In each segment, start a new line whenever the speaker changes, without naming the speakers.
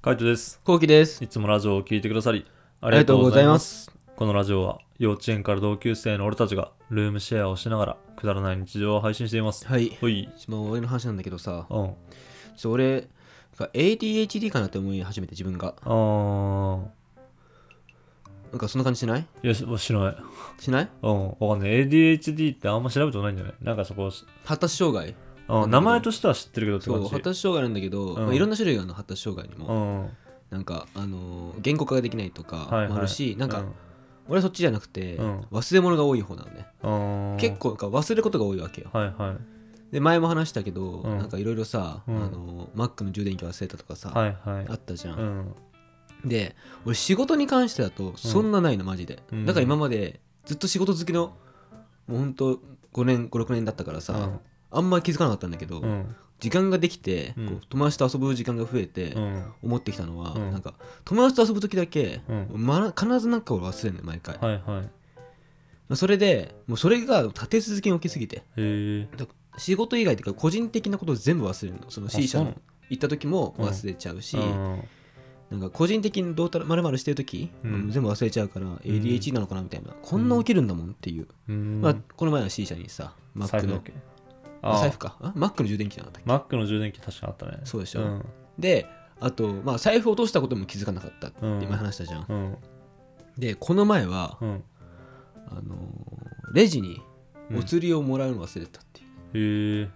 カイトです。
こうきです。
いつもラジオを聞いてくださり、あ
あ
りがとうございます。
す。
このラジオは、幼稚園から同級生の俺たちが、ルームシェアをしながら、くだらない日常を配信しています。
はい。
ほい。
まあ、俺の話なんだけどさ、
うん。
ちょっと俺、なんか ADHD かなって思い始めて自分が。
あー。
なんかそんな感じしない
いや、ししない。
しない
うん。わかんない。ADHD ってあんま調べたことないんじゃないなんかそこ、
発達障害。
うん名前としては知ってるけどって
そ
感
う、
じ。
発達障害なんだけ
う
ど、
ん
まあ、いろんな種類があるの、発達障害に
う
も。
ん。はい
なんか、あのー言語化ができないとかも
はい。
あるし、なんか、
うん、
俺はそっちじゃなくて、
うん
忘れ物が多い方なのね。
あー
結。構なんか忘れることが多いわけよ。
はいはい。
で、前も話したけど、
うん
なんかいろいろさ、
うん
あのー Mac の充電器忘れたとかさ、
はいはい
あ。ったじゃ
う。ん。
で俺仕事に関してだとそんなないの、マジで
うん
だから今までずっと仕事好きのもうほんと5年56年だったからさ、あんま気づかなかったんだけど、
うん。
時間ができて、
うん
こう友達と遊ぶ時間が増えて、
うん。
思ってきたのは、
うん
なんか友達と遊ぶ時だけ、
う
まな必ずなんか俺忘れんの毎回、ま
はいはい。
あそれでもうそれが立て続けに起きすぎて
へえ。
だ仕事以外というか個人的なことを全部忘れるのその C 社
あ
の行った時も忘れちゃうし、なんか個人的にどうたらまるまるしてる時、
うん
全部忘れちゃうから ADHD なのかなみたいな、こんな起きるんだもんっていう、
そううん。
まあ、この前の C 社にさマッ
財
ク
布だ
の
っけ
あ
あ
財
あ
布かあマックの充電器じゃなかったっけ
マックの充電器確かあったね
そうでしょ
うん
であと、まあ、財布落としたことも気づかなかったって
うん
今話したじゃん、
うん
でこの前は、
うん
あのーレジに
うん
お釣りをもらうの忘れてたっていう、
へえ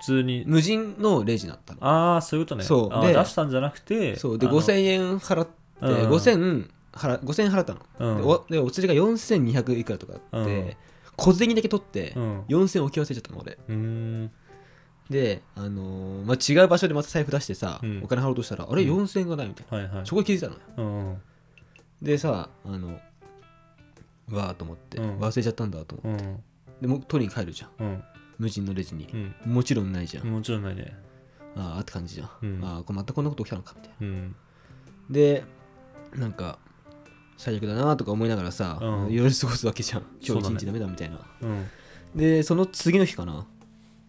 普通に
無人のレジだったの
ああそういうことね
そう
あー
で
出したんじゃなくて
そうで
あの
5000円払って、
うん
5000払5000円払ったの、
うん
でおでお釣りが4200いくらとかあって、
うん
小銭だけ取って、
うんう
4000置き忘れちゃったの俺
ーん
で、あのーまあ、違う場所でまた財布出してさ、
うん
お金払おうとしたらあれ
うん
4000円がないみたいな、
はいはい
そこで気づいたのよ
うんうん
でさあのうわーと思って、
うん
忘れちゃったんだと思って
うん
でもう取りに帰るじゃん
うん
無人のレジに
う、ん
もちろんないじゃん、
もちろんないね
ああって感じじゃん、
うん
ああこれまたこんなこと起きたのかみたいな
うん
でなんか最悪だなとか思いながらさ、
うん
いろいろ過ごすわけじゃん
そ
今
うだ
日
ね
一日ダメだみたいな
うん
でその次の日かな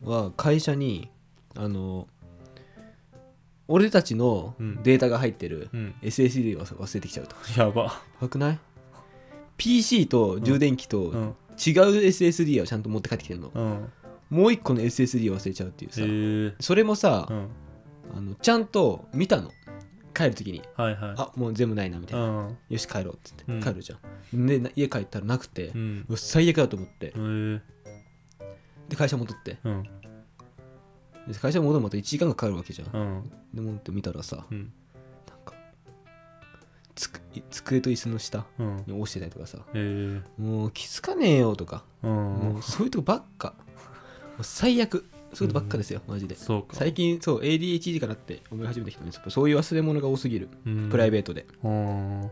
は会社にあの俺たちの
うん
データが入ってる
うん
SSD を忘れてきちゃうと
やば
怖くない PC と充電器と違
う
うん SSD をちゃんと持って帰ってきてるの
うん
もう一個の SSD を忘れちゃうっていう
へ
さ
え
それもさ
うん
あのちゃんと見たの帰る時に
はいはい
あもう全部ないなみたいうなんよし帰ろうっつって
うん
帰るじゃんでな家帰ったらなくて
うん
うわ最悪だと思って
へえ
で会社戻って
うん
で会社戻るのまた1時間がかかるわけじゃん
うん
でもって見たらさ
うん
なんかつく机と椅子の下
うん
に落ちてたりとかさ
へえ
もう気づかねえよとか
う
も
ん
うそういうとこばっかもう最悪そういうとこばっかですよマジで
そうか
最近そう ADHD かなって思い始めてきたねやっぱそういう忘れ物が多すぎるプライ
ベ
ベートで
ートうん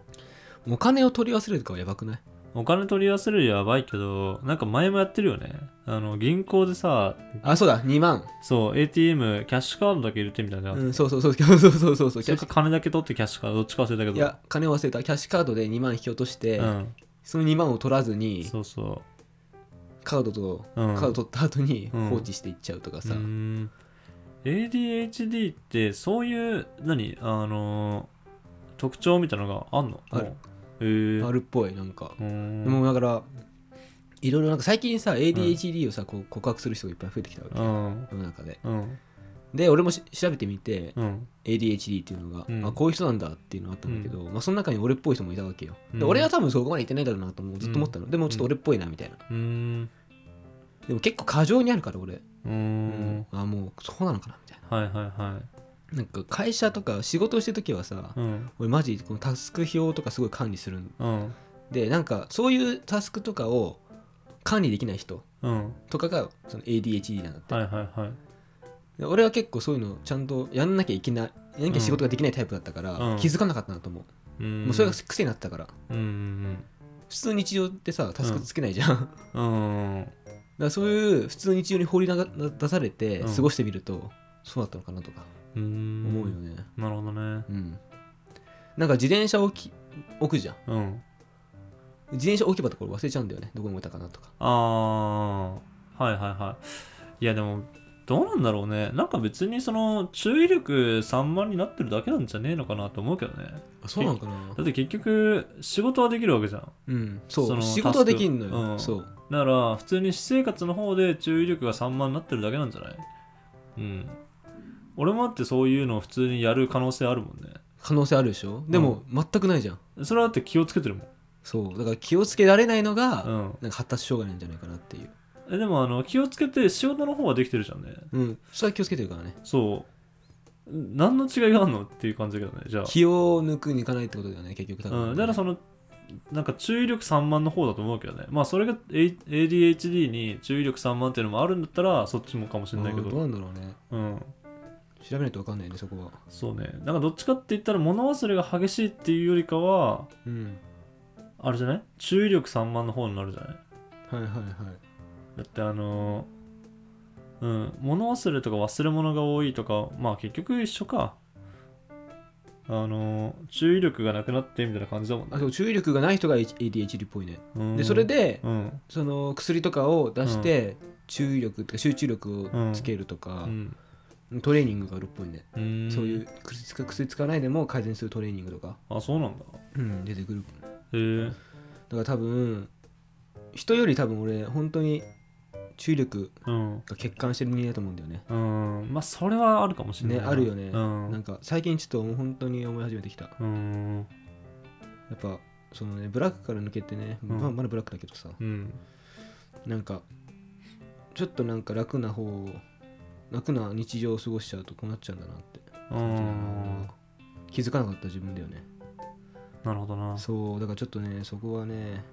お金を取り忘れるとかはやばくない
お金取り忘れるやばいけど、なんか前もやってるよね。あの、銀行でさ、
あそうだ2万
そう、ATM、キャッシュカードだけ入れてみたいな。
うんそうそうそうそうそうそうそう
そ
キ
れ
ャ
か
ッ
金だけ取ってキャッシュカード、どっちか忘れたけど。
シいや金を忘れたキャッシュカードで2万引き落として、
うん、
その2万を取らずに
そうそ
カードと、
う。うん、
カード取った後に
うん
放置していっちゃうとかさ、
うーん ADHD って、そういう、何あのー特徴みたいなのがあんの
ある。
へえー。
あるっぽいなんか、
うーん。
でもだからいろいろなんか最近さ ADHD をさこう告白する人がいっぱい増えてきたわけ、
うん。
世の中で
うん。
で俺もし調べてみて
うん。
ADHD っていうのが、
うん
あこういう人なんだっていうのがあったんだけど、まあ、その中に俺っぽい人もいたわけよ、で
うん
俺は多分そこまでいってないだろうなともうずっと思ったの、でもちょっと俺っぽいなみたいな
うーん。
でも結構過剰にあるから俺、
うー。
うんあもうそうなのかなみたい
はいはいは
ななんか会社とか仕事をしてる時はさ、
い。うん。
俺マジこのタスク表とかすごい管理するん
うん。
でなんかそういうタスクとかを管理できない人
うん。
とかがその ADHD なんだって、
はいはいはい。
で俺は結構そういうのちゃんとやんなきゃいけないやんなきゃ仕事ができないタイプだったから、
うん
気づかなかったなと思う,、
うーん。
もうそれが癖になったから
うんうん
普通の日常ってさタスクつけない じゃん、だか
うんうん
らそういう普通の日常に放りなが出されて
うん
過ごしてみると、そうだったのかなとか
うーん
思うよね
なるほどね
うん、なんか自転車をき置くじゃん
うん
自転車置き場とか俺忘れちゃうんだよねどこに置いたかなとか
ああはいはいはいいやでもどうなんだろうねなんか別にその注意力散漫になってるだけなんじゃねえのかなと思うけどね
あそうなのかな
だって結局仕事はできるわけじゃん
うんそう
その
仕事はできんのよ、
うん
そう
だから普通に私生活の方で注意力が散漫になってるだけなんじゃないうん俺もだってそういうのを普通にやる可能性あるもんね
可能性あるでしょでも、全くないじゃん
それはだって気をつけてるもん
そうだから気をつけられないのが、
うん
なんか発達障害なんじゃないかなっていう
えでもあの気をつけて仕事の方はできてるじゃんね
うんそれは気をつけてるからね
そう何の違いがあるのっていう感じだけどねじゃあ
気を抜くにいかないってことだよね結局多分、
うん、だからそのなんか注意力散漫の方だと思うけどねまあそれが A- ADHD に注意力散漫っていうのもあるんだったらそっちもかもしれないけ
あーど
ど
うなんだろうね
うん
調べないと分かんないねそこは
そうねなんかどっちかって言ったら物忘れが激しいっていうよりかは
うん
あれじゃない注意力散漫の方になるじゃない
はいはいはい
だってあのーうん物忘れとか忘れ物が多いとかまあ結局一緒かあのー注意力がなくなってみたいな感じだもん
あで
ね
も注意力がない人が ADHD っぽいね
うん
でそれで
うん
その薬とかを出して注意力とか集中力をつけるとか
う、ん
トレーニングがあるっぽいね、
ん
そういう薬使薬使わないでも改善するトレーニングとか、
あそうなんだ
うん、出てくる
へえ
だから多分人より多分俺本当に注意力
うん
が欠陥してる人間だと思うんだよね
うんまあそれはあるかもしれないな
ねあるよね
うん
なんか最近ちょっともう本当に思い始めてきたや
うん
っぱそのねブラックから抜けてね、
うん
まあまだブラックだけどさ
うん
なんかちょっとなんか楽な方を楽な日常を過ごしちゃうとこうなっちゃうんだなって
うん
気づかなかった自分だよね
なるほどな
そうだからちょっとねそこはね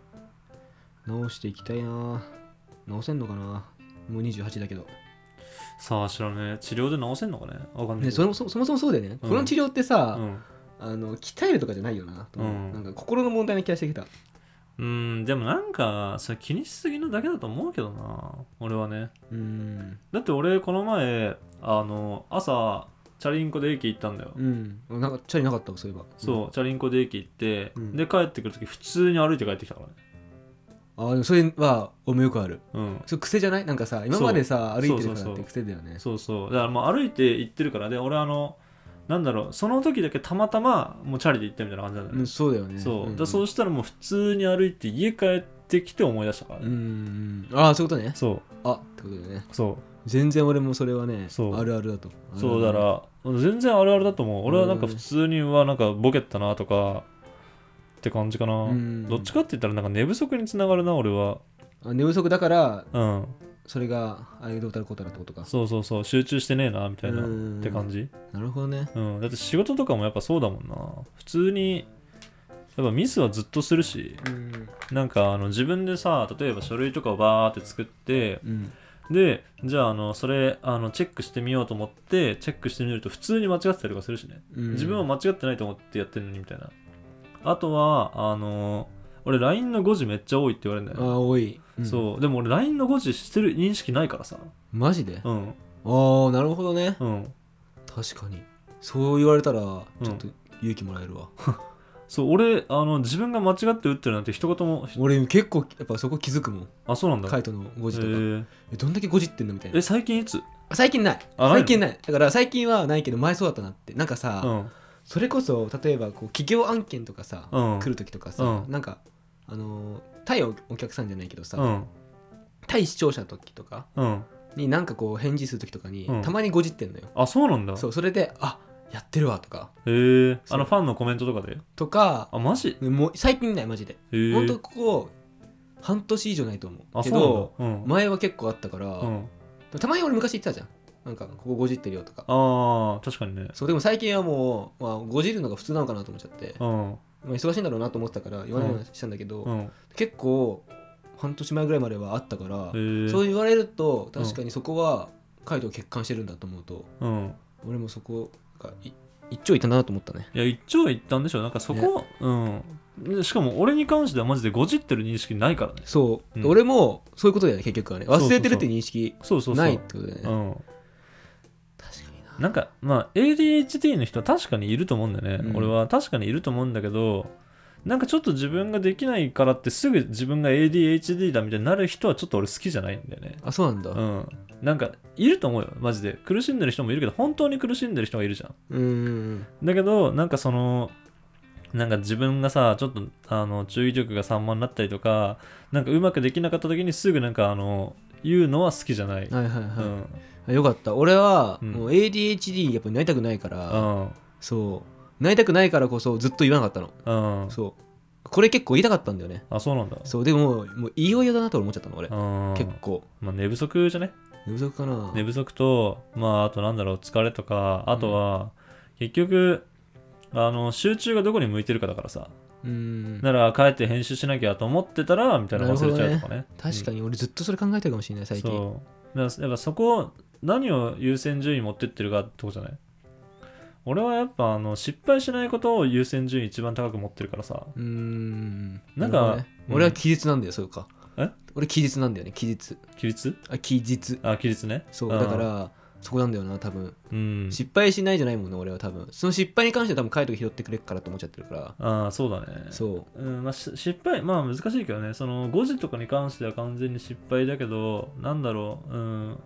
直していきたいな直せんのかなもう28だけど、
さあ知らねえ治療で治せんのかねわかんない
ね、
け
そ
ど
もそもそもそもそうだよね、
うん
この治療ってさ、
うん
あの鍛えるとかじゃないよなと思う、
うん
なんか心の問題な気がしてきた
うんでもなんかそれ気にしすぎなだけだと思うけどな俺はね
うん
だって俺この前あの朝チャリンコで駅行ったんだよ、
うんなんかチャリなかったわそういえば
そうチャリンコで駅行って、
うん
で帰ってくるとき普通に歩いて帰ってきたからね
うんあでもそれは俺もよくある
うん
それ癖じゃないなんかさ今までさ歩いて
そ
る
う
か
そうそ
らって
う
癖だよね
そうそうだからもう歩いて行ってるからで俺あのなんだろうその時だけたまたまもうチャリで行ったみたいな感じなんだよ
う
ね
ん、、そうだよね
そう、
ん
だそうしたらもう普通に歩いて家帰ってきて思い出したからね、
うんうんああそういうことね
そ
あってことだよね
うそう
全然俺もそれはね
そう
あるあるだと
そうだ
あるある
から全然あるあるだと思う俺はなんか普通にはなんかボケたなとかって感じかな、
うん
どっちかって言ったらなんか寝不足につながるな俺は
あ寝不足だから
うん
それがああいうどうたらこうたらってことか
そうそうそう集中してねえなみたいなっ
って
感じ
なるほどね
うんだって仕事とかもやっぱそうだもんな普通にやっぱミスはずっとするし
うん
なんかあの自分でさ例えば書類とかをバーって作って
うん
でじゃああのそれあのチェックしてみようと思ってチェックしてみると普通に間違ってたりとかするしね
うん
自分は間違ってないと思ってやってるのにみたいなあとはあの俺 LINE の誤字めっちゃ多いって言われるんだ
あ
よね
あ多いうん
そうでも俺 LINE の誤字してる認識ないからさ
マジで
うん
ああなるほどね
うん
確かにそう言われたらちょっと勇気もらえるわ、
そう俺あの自分が間違って打ってるなんて一言も
俺結構やっぱそこ気づくもん
あそうなんだ
カイトの5
え
時とか、
ー
えどんだけ5時ってんのみたいな
え最近いつ
あ最近ない
あないの
最近ないだから最近はないけど前そうだったなってなんかさ、
うん
それこそ例えばこう企業案件とかさ、
うん
来る時とかさ、
うん
なんかあのー対お客さんじゃないけどさ、
うん
対視聴者の時とか
うん
になんかこう返事する時とかに、
うん
たまにごじってんのよ、
あそうなんだ
そうそれであやってるわとか
へえあ
そう
のファンのコメントとかで
とか
あマジ
もう最近ないマジで、
へえ
ほんとここ半年以上ないと思う
あ
け
そ
ど
うなんだ
前は結構あったから、
うんうん
たまに俺昔言ってたじゃんなんかここごじってるよとか
あー確かにね
そうでも最近はもう、まあ、ごじるのが普通なのかなと思っちゃって、
うん
まあ、忙しいんだろうなと思ってたから言わないようにしたんだけど、
うんへ
結構半年前ぐらいまではあったから、
え
そう言われると確かにそこはカイトを欠陥してるんだと思うと、
うん
俺もそこがい一長いたなと思ったね
いや一長一短でしょなんかそこ、うんでしかも俺に関してはマジでごじってる認識ないからね
そう、
うん
俺もそういうことだよね結局はね
そうそう
忘れてるって認識
そうそうそう
ないってことだよね
うん、
確かにな
なんかまあ ADHD の人は確かにいると思うんだよね、
うん
俺は確かにいると思うんだけどなんかちょっと自分ができないからってすぐ自分が ADHD だみたいになる人はちょっと俺好きじゃないんだよね
あそうなんだ
う
うん
なんかいると思うよマジで苦しんでる人もいるけど本当に苦しんでる人がいるじゃん
ーん
だけどなんかそのなんか自分がさちょっとあの注意力が散漫になったりとかなんかうまくできなかった時にすぐなんかあの言うのは好きじゃない、
はいはいはい、
うん
あよかった俺は
うん
もう ADHD にやっぱりなりたくないから、
うん
そうなりたくないからこそずっと言わなかったの、
うん
そうこれ結構言いたかったんだよね
あそうなんだ
そうでももう言いようだなと俺思っちゃったの俺
うん
結構
まあ、寝不足じゃね
寝不足かな、
寝不足とまああとなんだろう疲れとかあとは結局あの集中がどこに向いてるかだからさ、
うーん
なら帰って編集しなきゃと思ってたらみたいなの忘れちゃうとかね
確か
に
に俺ずっとそれ考えてるかもしれない最近
そうだからやっぱそこを何を優先順位持ってってるかってことじゃない俺はやっぱあの失敗しないことを優先順位一番高く持ってるからさ
うーん
なんか
るほどね
うん
俺は期日なんだよそうか
え
俺期日なんだよね期日
規律
あ期日
あ規律ね
そう
あー
だからそこなんだよな多分
うん
失敗しないじゃないもんね俺は多分その失敗に関しては多分カイトが拾ってくれるからと思っちゃってるから
ああそうだね
そう
うんまあ、し失敗まあ難しいけどねその5時とかに関しては完全に失敗だけどなんだろう、うん、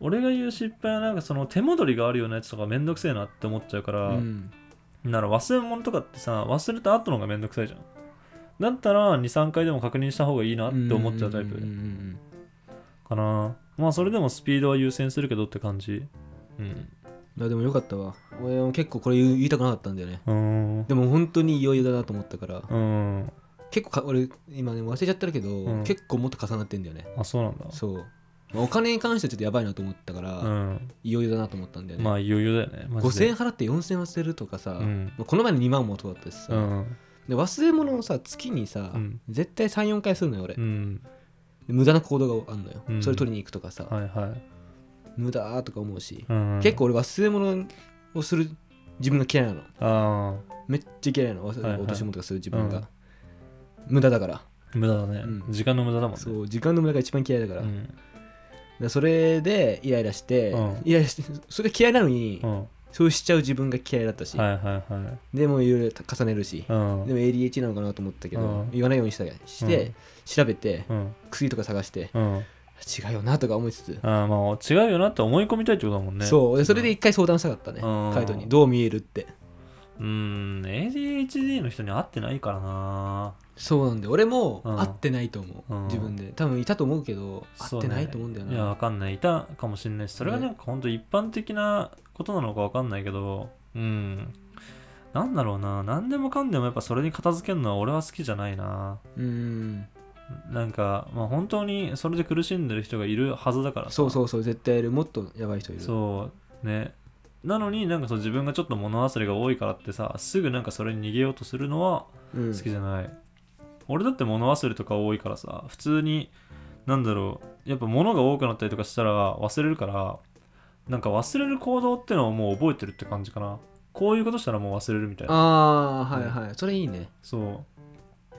俺が言う失敗はなんかその手戻りがあるようなやつとかめんどくせえなって思っちゃうから、
うん
なら忘れ物とかってさ忘れた後の方がめんどくさいじゃんだったら23回でも確認した方がいいなって思っちゃうタイ
んんん
プ
ん
かなまあそれでもスピードは優先するけどって感じうん
うんいやでもよかったわ俺は結構これ言いたくなかったんだよね
うーん
でも本当にいよいよだなと思ったから
うん
結構か俺今ね忘れちゃってるけど、
うん
結構もっと重なってんだよね
あそうなんだ
そう、まあお金に関してはちょっとやばいなと思ったから、
うん
いよいよだなと思ったんだよね、
まあいよいよだよねマジ
5000
で
円払って4000円忘れるとかさ、
うん
まあこの前の2万もそうだったしさ、
うん
で忘れ物をさ月にさ、
うん
絶対34回するのよ俺、
うん
で無駄な行動があんのよ、
うん
それ取りに行くとかさ、
はいはい
無駄ーとか思うし、
うん、
結構俺忘れ物をする自分が嫌いなの
あ
めっちゃ嫌いなの忘れ、
はいはい
落とし物とかする自分が、無駄だから、
あ無駄だね、
うん
時間の無駄だもんね
そう時間の無駄が一番嫌いだから、
う
だか
ん
らそれでイライラして、
うん
イライラしてそれが嫌いなのに、
うんは
そうしちゃう自分が嫌いだったし、
いはいはい
でもいろいろ重ねるし、
うん
でも ADH なのかなと思ったけど、
うん
言わないようにしたして、
うん
調べて
うん
薬とか探して、
うん
違うよなとか思いつつ、
ああまあ違うよなって思い込みたいってことだもんね
そうでそれで一回相談したかったね、
うん
カイトにどう見えるって
うーん ADHD の人に合ってないからな
そうなんで俺も
うん
合ってないと思う、
うん
自分で多分いたと思うけど合
そ
っ
う
て
ね
ないと思うんだよ
いやわ
な
かんないいたかもしれないしそれがなんか本当一般的なことなのかわかんないけどうんなんだろうな何でもかんでもやっぱそれに片付けるのは俺は好きじゃないな
うーん
なんかまあ本当にそれで苦しんでる人がいるはずだからさ
そうそうそう絶対いるもっとやばい人いる
そうねなのになんかそう自分がちょっと物忘れが多いからってさすぐなんかそれに逃げようとするのは
う、ん、
好きじゃない、俺だって物忘れとか多いからさ普通になんだろうやっぱ物が多くなったりとかしたら忘れるからなんか忘れる行動ってのをもう覚えてるって感じかなこういうことしたらもう忘れるみたいな
ああーはいはいそれいいね
そ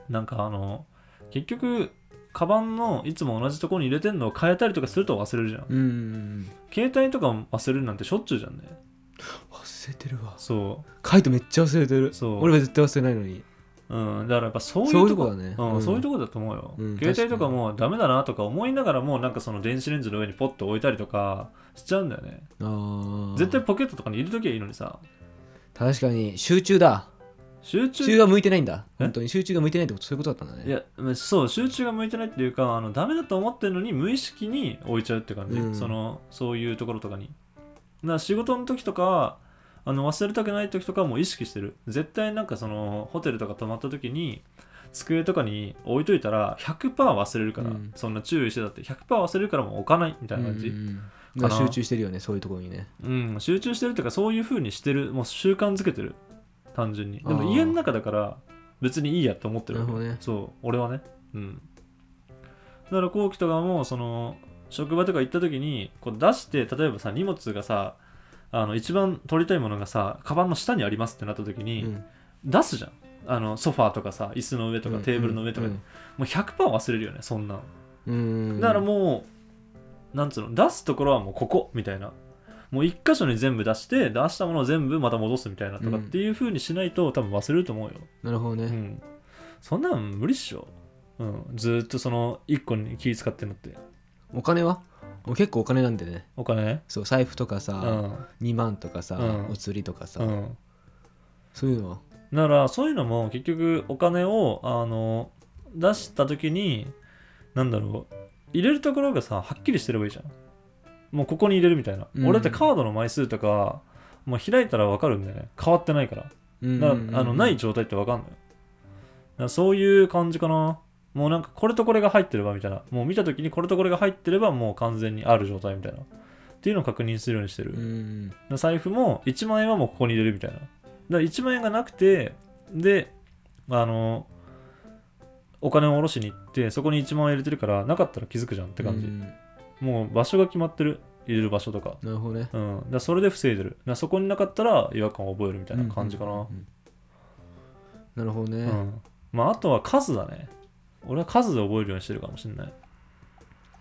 うなんかあの結局カバンのいつも同じところに入れてんのを変えたりとかすると忘れるじゃん
うんうんうん
携帯とかも忘れるなんてしょっちゅうじゃんね
忘れてるわ
そ
カイトめっちゃ忘れてる
そう
俺は絶対忘れないのに
う、うん、だからやっぱそういう
そういう
と
と
こ
こだね
うん
うん
そういうところだと思うよ、
うん
携帯とかもうダメだなとか思いながらもうなんかその電子レンジの上にポッと置いたりとかしちゃうんだよね
ああ
絶対ポケットとかに入れときゃいいのにさ
確かに集中だ
集中
集中が向いてないんだ
え
本当に集中が向いてないってことそういうことだったんだ
い
ね
やそう集中が向いてないっていうかあのダメだと思ってるのに無意識に置いちゃうって感じ、
うん
そのそういうところとかにな仕事の時とかあの忘れたくない時とかはもう意識してる絶対なんかそのホテルとか泊まった時に机とかに置いといたら100%忘れるから、
うん
そんな注意してたって100%忘れるからもう置かないみたいな感じ、
うんうんうん
かな
だから集中してるよねそういうところにね
うん、集中してるとかそういう風にしてるもう習慣づけてる単純にで
あ
も
ー
家の中だから別にいいやって思ってるわけ
なるほどね
そう俺はねうんだから後期とかもその職場とか行った時にこう出して例えばさ荷物がさあの一番取りたいものがさカバンの下にありますってなった時に、
うん
出すじゃんあのソファーとかさ椅子の上とかテーブルの上とか、
うん
もう100%忘れるよねそんなん
うん
だからもう、なんつうの、出すところはもうここみたいな。もう一箇所に全部出して出したものを全部また戻すみたいなとかっていう風にしないと、多分忘れると思うよ、
なるほどね、
うん、そんなん無理っしょ、うん、ずーっとその一個に気使ってんのって
お金はもう結構お金なんでね
お金
そう財布とか
う
さ、
ん
2万とかさ、
うん
お釣りとかさ、
うん
そういうのは
ならそういうのも結局お金をあの出した時になんだろう入れるところがさはっきりしてればいいじゃんもうここに入れるみたいな、
うん
俺だってカードの枚数とかもう開いたら分かるんだよね変わってないから
うん
だか
うんうんうん
らあのない状態って分かんないだからそういう感じかなもうなんかこれとこれが入ってればみたいなもう見た時にこれとこれが入ってればもう完全にある状態みたいなっていうのを確認するようにしてる、
うんうん
で財布も1万円はもうここに入れるみたいなだから1万円がなくてであのお金を下ろしに行ってそこに1万円入れてるからなかったら気づくじゃんって感じ、
うん
もう場所が決まってる入れる場所とか,、
なるほどね
うん、だからそれで防いでるだからそこになかったら違和感を覚えるみたいな感じかな、
うんうんなるほどね、
うん、まああとは数だね俺は数で覚えるようにしてるかもしれない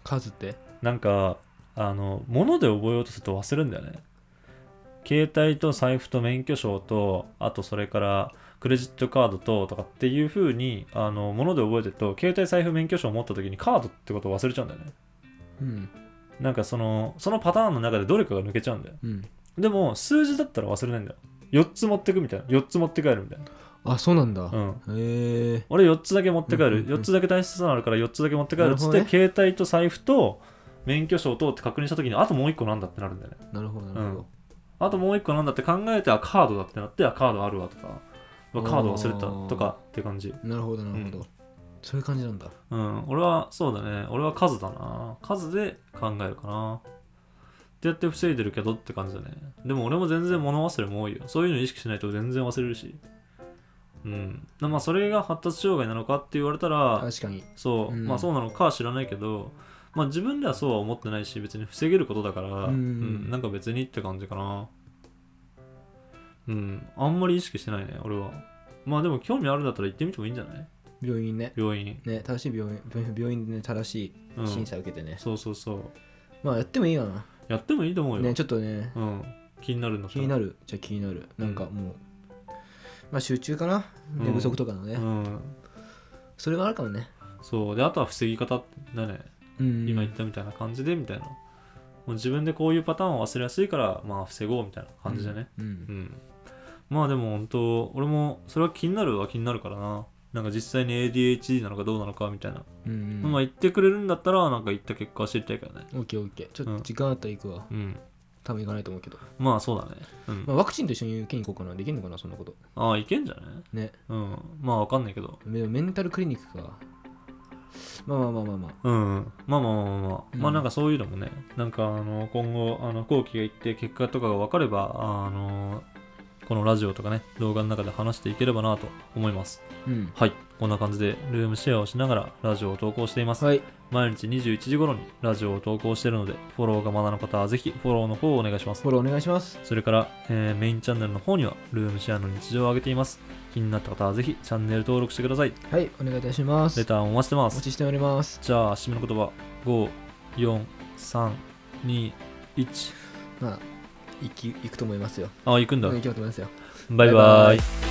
数って
なんかあの物で覚えようとすると忘れるんだよね携帯と財布と免許証とあとそれからクレジットカードととかっていう風にあの物で覚えてると携帯財布免許証を持った時にカードってことを忘れちゃうんだよね
うん
なんかそのそのパターンの中でどれかが抜けちゃうんだよ
うん
でも数字だったら忘れないんだよ4つ持ってくみたいな4つ持って帰るみたい
あそうなんだ、
なうん
へえ
俺4つだけ持って帰
うんう
る
んうん
4つだけ大切なのあるから4つだけ持って帰るっつっ
な
て
るほ
携帯と財布と免許証とって確認した時にあともう1個なんだってなるんだよね
なるほどなるほど、
あともう1個なんだって考えてあカードだってなってあカードあるわとかうわカード忘れたとかって感じ
なるほどなるほど、そういう感じなんだ
うん俺はそうだね俺は数だな数で考えるかなってやって防いでるけどって感じだねでも俺も全然物忘れも多いよそういうの意識しないと全然忘れるしうんまあそれが発達障害なのかって言われたら
確かに
そう、
うん
まあそうなのかは知らないけど、まあ、自分ではそうは思ってないし別に防げることだから、
うん
うんなんか別にって感じかなうんあんまり意識してないね俺はまあでも興味あるんだったら行ってみてもいいんじゃない
病院ね
病院、
ね正しい病院病病院でね正し
う
い
ん、
審査を受けてね、
そうそうそう
まあやってもいいかな
やってもいいと思うよ、
ねちょっとね
うん、気になるんだった
気
ら
になるじゃあ気になるなんかもう、まあ集中かな
うん
寝不足とかのね、
うん、
それはあるかもね、
そうであとは防ぎ方だね
うん
今言ったみたいな感じでみたいな、もう自分でこういうパターンを忘れやすいからまあ防ごうみたいな感じだね、
うん
うん、まあでも本当俺もそれは気になるは気になるからななんか実際に ADHD なのかどうなのかみたいな、
うんうん
まあ言ってくれるんだったらなんか言った結果は知りたいからね
オッケーオッケーちょっ
う
と
ん
時間あったら行くわ
うん
多分行かないと思うけど、
まあそうだねうん、
まあ、ワクチンと一緒に受けに行こうかなできるのかなそんなこと
ああいけんじゃね
ね
うんまあわかんないけど
メメンタルクリニックかまあまあまあまあまあ
うんまあまあまあまあまあ、
うん
まあなんかそういうのもねなんかあの今後あの後期が行って結果とかが分かればあのこのラジオとかね動画の中で話していければなと思います
うん
はいこんな感じでルームシェアをしながらラジオを投稿しています
はい
毎日21時頃にラジオを投稿しているので、フォローがまだの方はぜひフォローの方をお願いします
フォ。ローお願いします
それから、えーメインチャンネルの方には、ルームシェアの日常を上げています。気になった方はぜひチャンネル登録してください。
はいお願いいたします
レターをお待ちしてま
お待
す。
ちしております
じゃあ、締めの言葉、5、4、3、2、1。
まあ行き行くと思いますよ
あ、行くんだ。
行きようと思いますよ
バイバ
バイバ
ー
イ
イ